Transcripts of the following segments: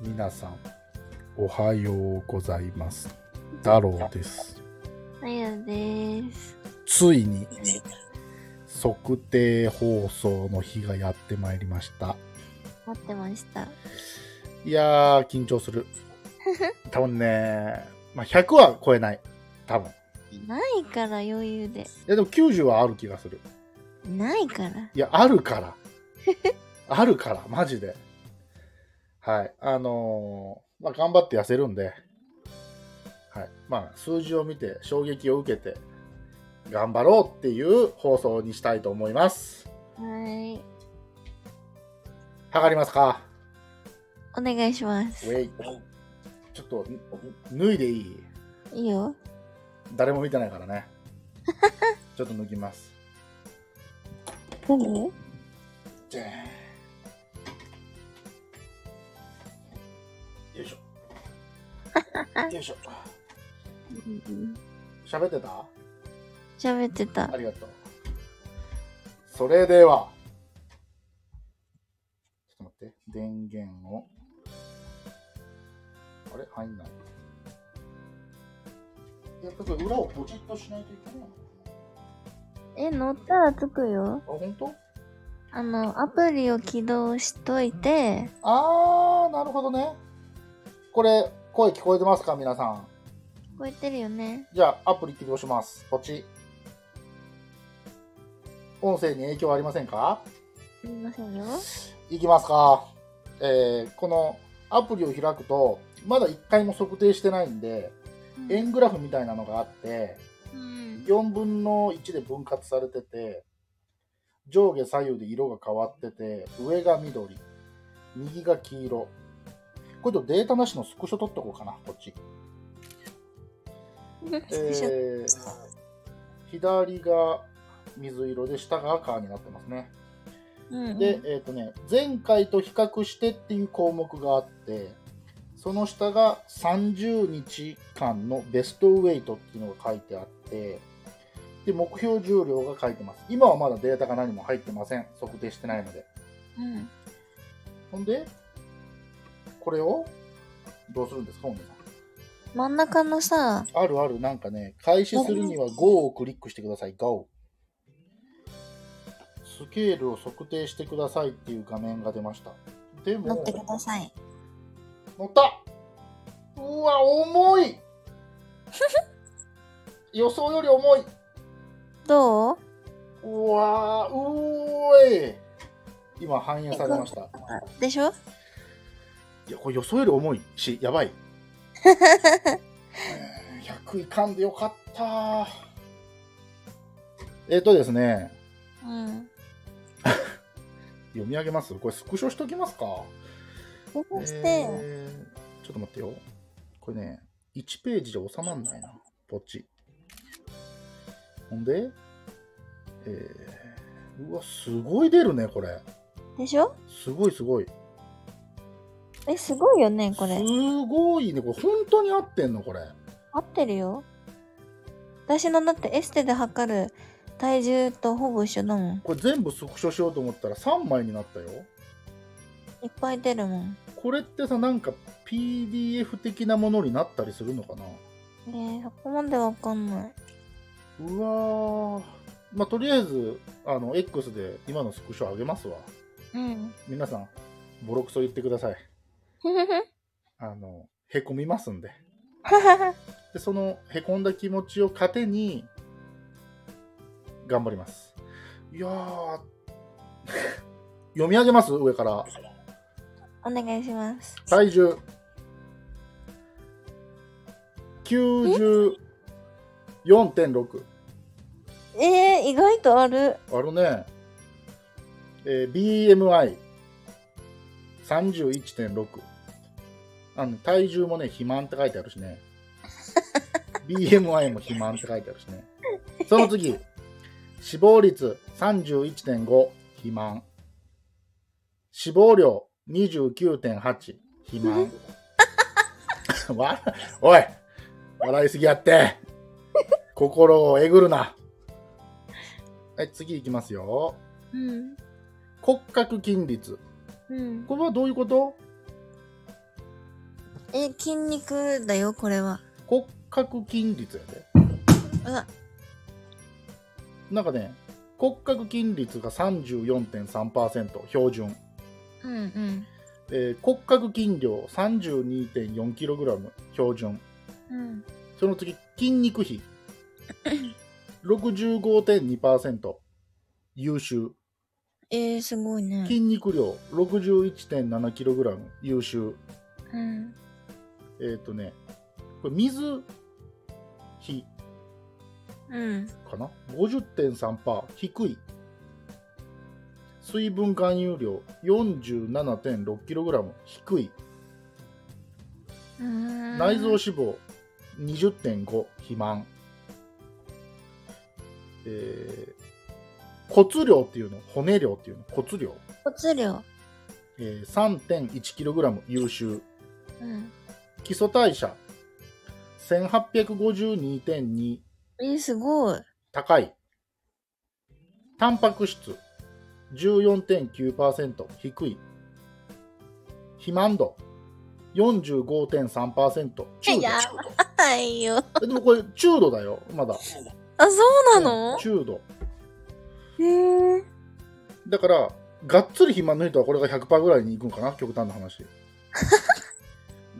皆さん、おはようございます。だろうです。あやです。ついに、測定放送の日がやってまいりました。待ってました。いやー、緊張する。多分ね、まあ、100は超えない。多分。いないから余裕で。や、でも90はある気がする。ないから。いや、あるから。あるから、マジで。はい。あのーまあ、頑張って痩せるんで、はい。まあ、数字を見て、衝撃を受けて、頑張ろうっていう放送にしたいと思います。はい。測りますかお願いしまウす。ェイ。ちょっと、ん脱いでいいいいよ。誰も見てないから ね。ちょっと脱ぎます。何じゃんよいし ょ。よいしょ。喋ってた喋ってたあ。りがとう。それでは、ちょっと待って、電源を。あれ入んない。やっぱり裏をポチッとしないといけないのかえ、乗ったらつくよ。なあ、本当あの、アプリを起動しといて、あー、なるほどね。これ、声聞こえてますか、皆さん。聞こえてるよね。じゃあ、アプリ起動します。ポチ。音声に影響ありませんかすみませんよ。いきますか。えーこのアプリを開くと、まだ1回も測定してないんで、円グラフみたいなのがあって、うん。 4分の1で分割されてて、上下左右で色が変わってて、上が緑、右が黄色。これとデータなしのスクショ取っとこうかな、こっち。えー左が水色で、下が赤になってますね。うん。で、えっ、とね、前回と比較してっていう項目があって、その下が30日間のベストウェイトっていうのが書いてあって、で、目標重量が書いてます。今はまだデータが何も入ってません。測定してないので。うん。ほんで、これをどうするんですか、お姉さん。真ん中のさ、あるある、なんかね、開始するには Go をクリックしてください、Go。スケールを測定してくださいっていう画面が出ました。でも、乗ってください。乗ったうわ、重 い予想より重いどううわー、うーい今反映されました。あでしょいや、これ予想より重いし、やばい。 えー100いかんでよかった。えっ、とですね、うん。読み上げますこれスクショしときますかどうして、えーちょっと待ってよこれね1ページじゃ収まんないなポチほんでえー、うわすごい出るねこれでしょすごいすごいえ、すごいよね、これす。ごいねこれ本当に合ってんのこれ合ってるよ。私のだってエステで測る体重とほぼ一緒だもん。これ全部スクショしようと思ったら3枚になったよいっぱい出るもん。これってさなんか PDF 的なものになったりするのかなえー、そこまでわかんない。うわーまあとりあえずあの X で今のスクショ上げますわうん。皆さんボロクソ言ってくださいあのへこみますんででそのへこんだ気持ちを糧に頑張りますいやー 読み上げます上から お願いします。体重94.6えー、意外とある。あのね、えー、BMI31.6 あの体重もね肥満って書いてあるしね BMI も肥満って書いてあるしねその次死亡率31.5肥満死亡量29.8肥満わおい笑いすぎやって心をえぐるなはい次いきますようん。骨格筋率うん。これはどういうことえ、筋肉だよ、これは。骨格筋率やで。うわ、なんかね、骨格筋率が34.3%、標準。うんうん。えー骨格筋量 32.4kg、標準。うん。その次、筋肉比。65.2%、優秀。えー、すごいね。筋肉量 61.7kg、優秀。うん。えっ、とね、これ水比うん。かな ?50.3%、低い。水分含有量 47.6kg、低い。うーん内臓脂肪20.5肥満、えー骨量っていうの骨量っていうの骨量、骨量。えー 3.1kg 優秀うん。基礎代謝1852.2えー、すごい。高いタンパク質14.9%低い肥満度45.3%中度やはいよ。えでもこれ中度だよまだあ、そうなの中度へえ。だからがっつり肥満の人はこれが100%ぐらいにいくんかな極端な 話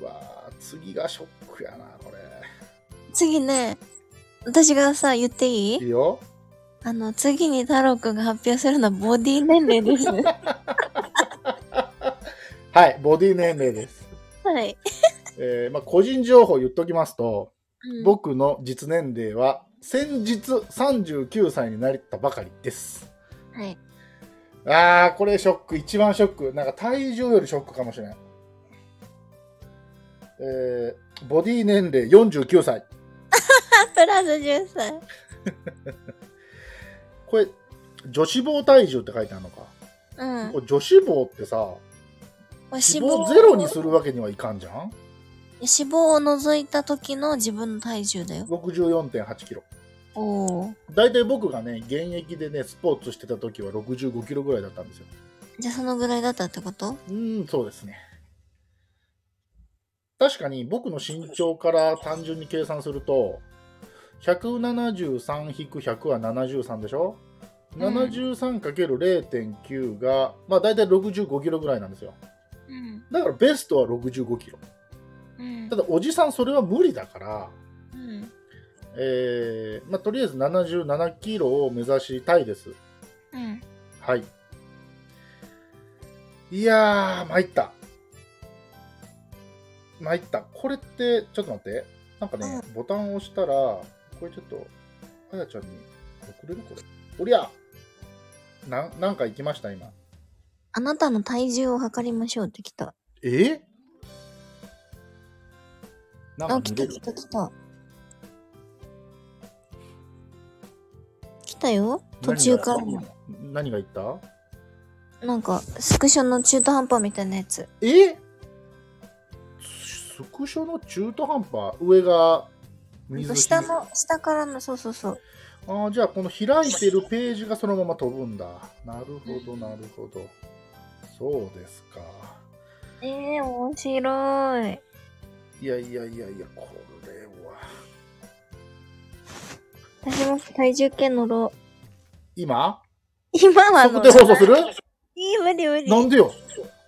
うわー次がショックやなこれ次ね、私がさ、言っていいいいよあの、次に太郎くんが発表するのはボディ年齢です。 はいボディ年齢です、はい。えーまあ、個人情報言っときますと、うん、僕の実年齢は先日39歳になったばかりですはい。あーこれショック一番ショックなんか体重よりショックかもしれないえーボディ年齢49歳あ、プラス10歳。これ女子棒体重って書いてあるのか、うん。これ女子棒ってさ脂脂肪ゼロにするるわけにはいかんじゃん脂肪を除いた時の自分の体重だよ。 64.8キロおお。大体僕がね現役でねスポーツしてた時は65キロぐらいだったんですよじゃあそのぐらいだったってことうーんそうですね確かに僕の身長から単純に計算すると173-100は73でしょうん 73×0.9 が、まあ大体65キロぐらいなんですよ。うん。だからベストは65キロ。うんた。だおじさんそれは無理だから、うん。えーまあ、とりあえず77キロを目指したいですうん。はいいやー参った参ったこれってちょっと待ってなんかね、ボタンを押したらこれちょっとあやちゃんに送れるこれおりゃなんなんか行きました今あなたの体重を測りましょうってきた。えーなんあ、か来見れたる来た来た。来たよ。途中から何のが。何が言ったなんか、スクショの中途半端みたいなやつ。えスクショの中途半端上が水着下の、下からの、そうそうそう。あーじゃあこの開いてるページがそのまま飛ぶんだなるほどなるほどそうですかええー、面白い。いやいやいやいやこれは私も体重計乗ろう。今今は乗測定らない放送するいい、無理無理。なんでよ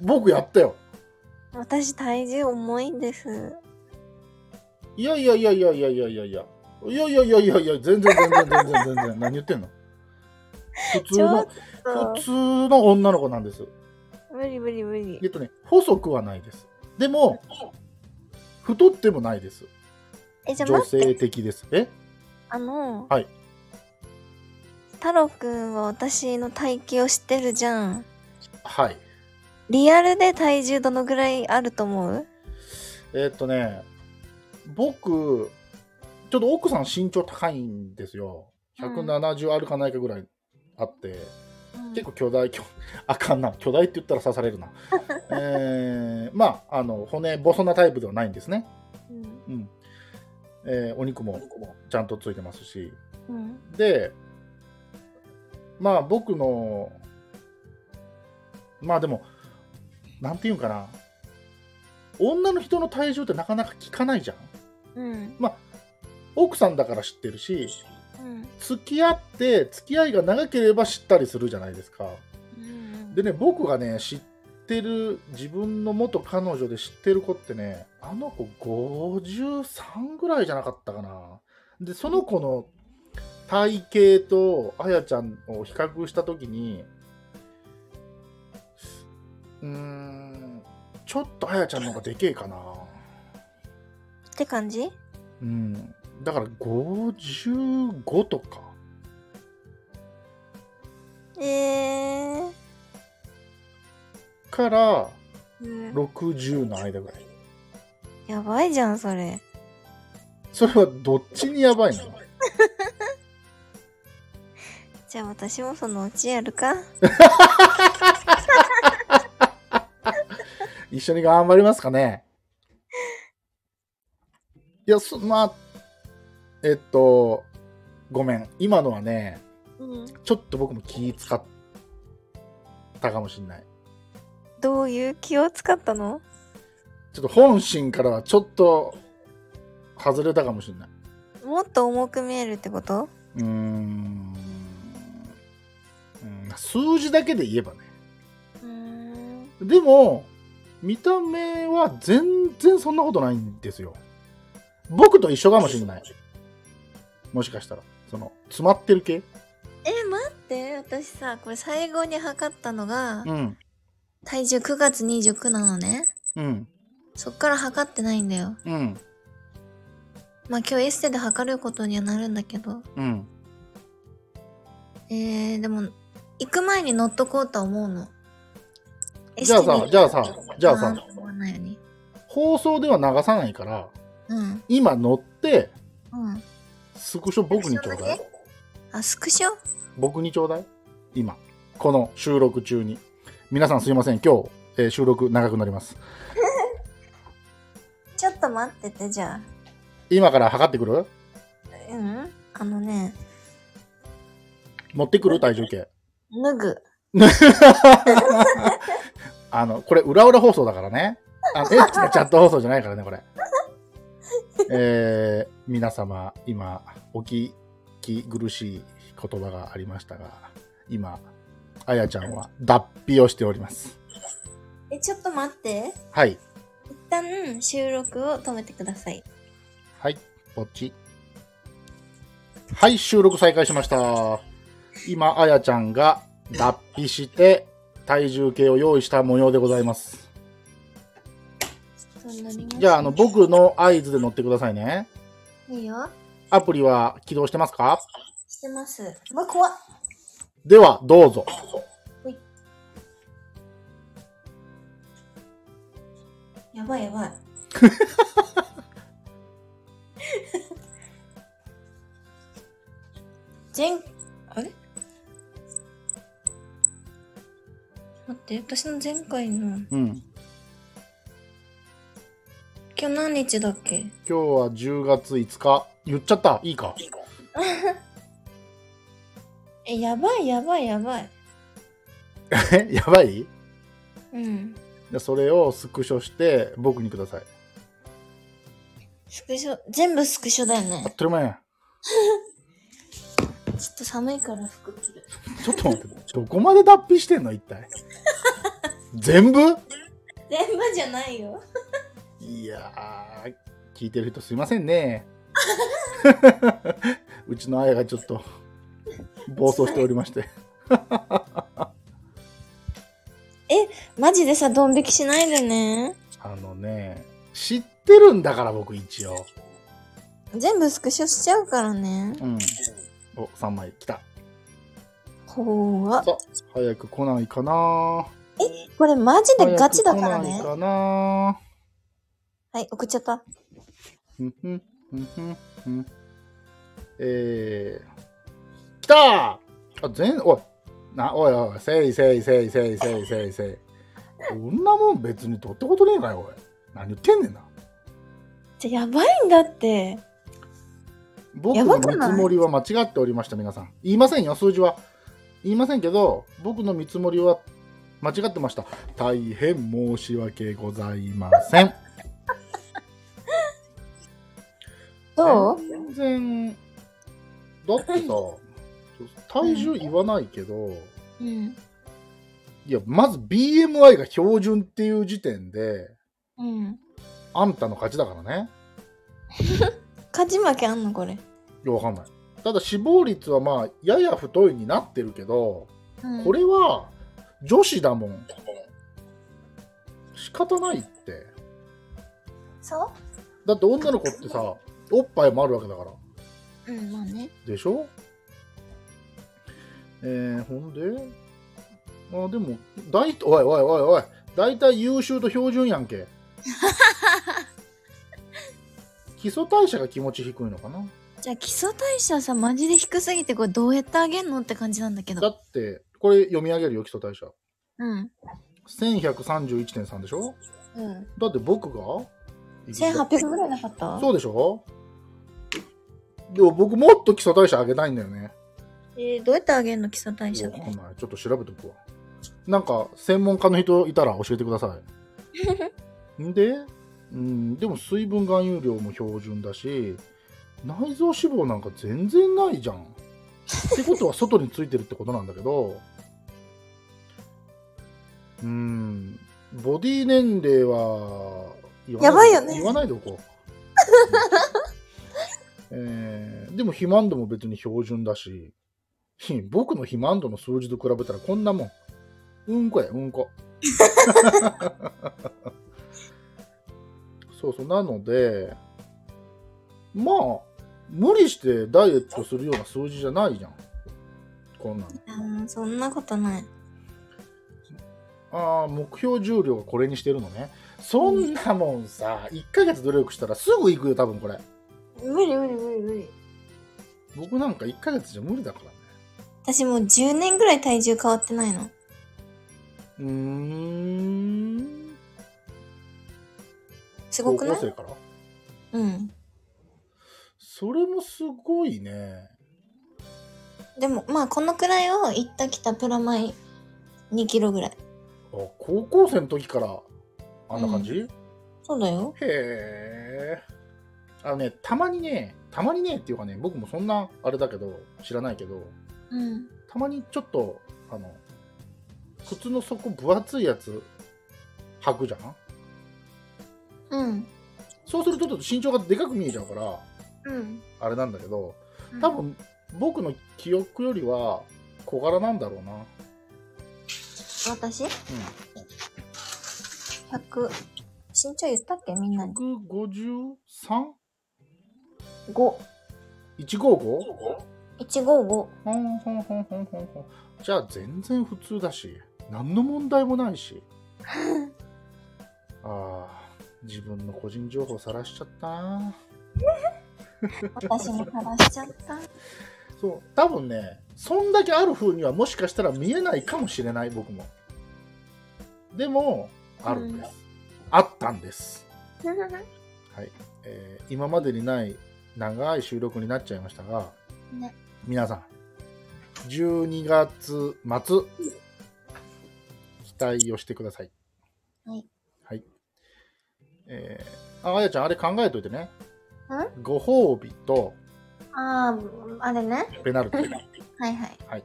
僕やったよ私体重重いんです。いやいやいやいやいやいやいやいやいやいやいやいやいや全然全然全然全然何言ってんの普通ちょのっ普通の女の子なんです無理無理無理え。っとね、細くはないです。でも、太ってもないです。え、じゃあ女待って、性的です。えあの、はい。太郎くんは私の体型を知ってるじゃん。はい。リアルで体重どのぐらいあると思うえっとね、僕、ちょっと奥さん身長高いんですよ。170あるかないかぐらいあって、結構巨大、巨 あかんな、巨大って言ったら刺され るな。えー、まあ、あの、骨、細なタイプではないんですね。うん。うん。えーお肉もちゃんとついてますし。うん。でまあ僕のまあでもなんていうんかな女の人の体重ってなかなか聞かないじゃんうん奥さんだから知ってるしうん付き合って付き合いが長ければ知ったりするじゃないですかうんでね僕がね知ってる自分の元彼女で知ってる子ってねあの子53ぐらいじゃなかったかなでその子の体型とあやちゃんを比較した時にうーんちょっとあやちゃんの方がでけえかなって感じうんだから55とかえー、からうん60の間ぐらいやばいじゃんそれそれはどっちにやばいのじゃあ私もそのうちやるか一緒に頑張りますかねいやそまあえっとごめん今のはねうんちょっと僕も気使ったかもしんないどういう気を使ったのちょっと本心からはちょっと外れたかもしんないもっと重く見えるってことうーんうん数字だけで言えばねうーんでも見た目は全然そんなことないんですよ僕と一緒かもしんないもしかしたらその詰まってる系え待って私さこれ最後に測ったのがうん体重9月29なのねうんそっから測ってないんだようんまあ今日エステで測ることにはなるんだけどうんえー、でも行く前に乗っとこうとは思うのじゃあさじゃあさじゃあさ思わないように放送では流さないからうん今乗ってうんスクショ僕にちょうだいあスクショ僕にちょうだい今この収録中に皆さんすいません今日、えー収録長くなりますちょっと待っててじゃあ今から測ってくるうんあのね持ってくる体重計脱ぐ あの、これ、裏裏放送だからね。あの、エッチなチャット放送じゃないからね、これ。えー、皆様、今、お聞き苦しい言葉がありましたが、今、あやちゃんは脱皮をしております。えちょっと待ってはい。一旦収録を止めてくださいはい。ポチ。はい、収録再開しました。今、あやちゃんが脱皮して、体重計を用意した模様でございます。じゃあ、あの、僕の合図で乗ってくださいね。いいよアプリは起動してますかしてますうわ怖っでは、どうぞ。やばいやばい 前あれ待って私の前回のうん。今日何日だっけ今日は10月5日。言っちゃった。いいか。えやばいやばいやばいえ やばいうんでそれをスクショして、僕にください。スクショ全部スクショだよあっねという間や。ちょっと寒いから服着るちょっと待って。 どこまで脱皮してんの一 体。全部全部じゃないよいやー、聞いてる人すいません ね。うちのあやがちょっと暴走しておりまして。マジでさドン引きしないでねあのね、知ってるんだから僕一応。全部スクショしちゃうからねうん。お、3枚来た。ほわ早く来ないかなこれマジでガチだから早ねく来ないかなはい送っちゃったふんふんふんふんふんえー、来たあ全おいなおいおいせいせいせいせいせいせいせいこんなもん別に取ってことねえかよおい何言ってんねんなじゃやばいんだって僕やのば見くない積もりは間違っておりました皆さん言いませんよ数字は言いませんけど僕の見積もりは間違ってました大変申し訳ございませんどう全然、だってさ、体重言わないけど、うん。いや、まず BMI が標準っていう時点で、うん。あんたの勝ちだからね。勝ち負けあんのこれ。いや、わかんない。ただ死亡率はまあ、やや太いになってるけど、うん、これは女子だもん。仕方ないって。そだって女の子ってさ、おっぱいもあるわけだから。ううん、まあね。でしょえー、ほんでまあでも、大体、おいおいおいおい、大体優秀と標準やんけ。基礎代謝が気持ち低いのかなじゃあ基礎代謝さ、マジで低すぎてこれどうやってあげんのって感じなんだけだど。って、これ読み上げるよ、基礎代謝。うん。 1131.3でしょうん。だって僕が1800ぐらいなかったそうでしょでも僕もっと基礎代謝上げたいんだよね。えー、どうやってあげんの基礎代謝わっかて。んない。ちょっと調べとくわ。なんか、専門家の人いたら教えてください。 んで、うん、でも水分含有量も標準だし、内臓脂肪なんか全然ないじゃん。ってことは外についてるってことなんだけど、うん、ボディ年齢は言わなやばいよね言わないでお こう。えーでも肥満度も別に標準だし、 ひ僕の肥満度の数字と比べたらこんなもん。うんこや、うん こ。そうそう、なので、まあ、無理してダイエットするような数字じゃないじゃん。こんなの。うん、そんなことない。ああ、目標重量はこれにしてるのね。そんなもんさ、1ヶ月努力したらすぐ行くよ、多分これ。無理無理無理無理。僕なんか1ヶ月じゃ無理だからね。私もう10年ぐらい体重変わってないの。うーん。すごくな高校い生からうん。それもすごいね。でも、まあこのくらいを行った来たプラマイ2キロぐらい。あ高校生の時からあんな感じ、へそうだよ。え。あのね、たまにね、たまにねっていうかね、僕もそんなあれだけど、知らないけど、うん。たまにちょっと、あの、靴の底分厚いやつ履くじゃんうん。そうするとちょっと身長がでかく見えちゃうから、うん。あれなんだけど、多分僕の記憶よりは小柄なんだろうな。私、100身長言ったっけみんなに 153?155? 5155ほんほんほんほんほんほんじゃあ全然普通だし何の問題もないしあー自分の個人情報さらしちゃったな私も話しちゃったそう多分ねそんだけある風にはもしかしたら見えないかもしれない僕もでもあるんです、あったんですはい、えー今までにない長い収録になっちゃいましたが、ね皆さん12月末期待をしてくださいはい、はいえーああやちゃんあれ考えといてねご褒美と あああれねペナルティはいはい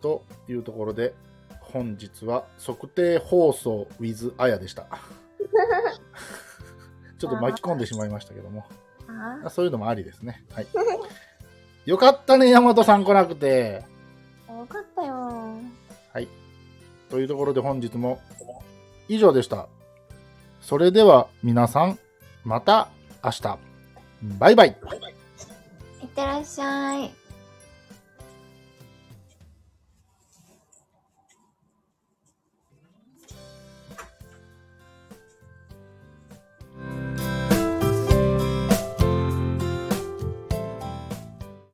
というところで本日は測定放送 with あやでした ちょっと巻き込んでしまいましたけどもああそういうのもありですね。はい。よかったね、大和さん来なくて。あよかったよというところで本日も以上でした。それでは皆さん、また明日。バイバイ。いってらっしゃい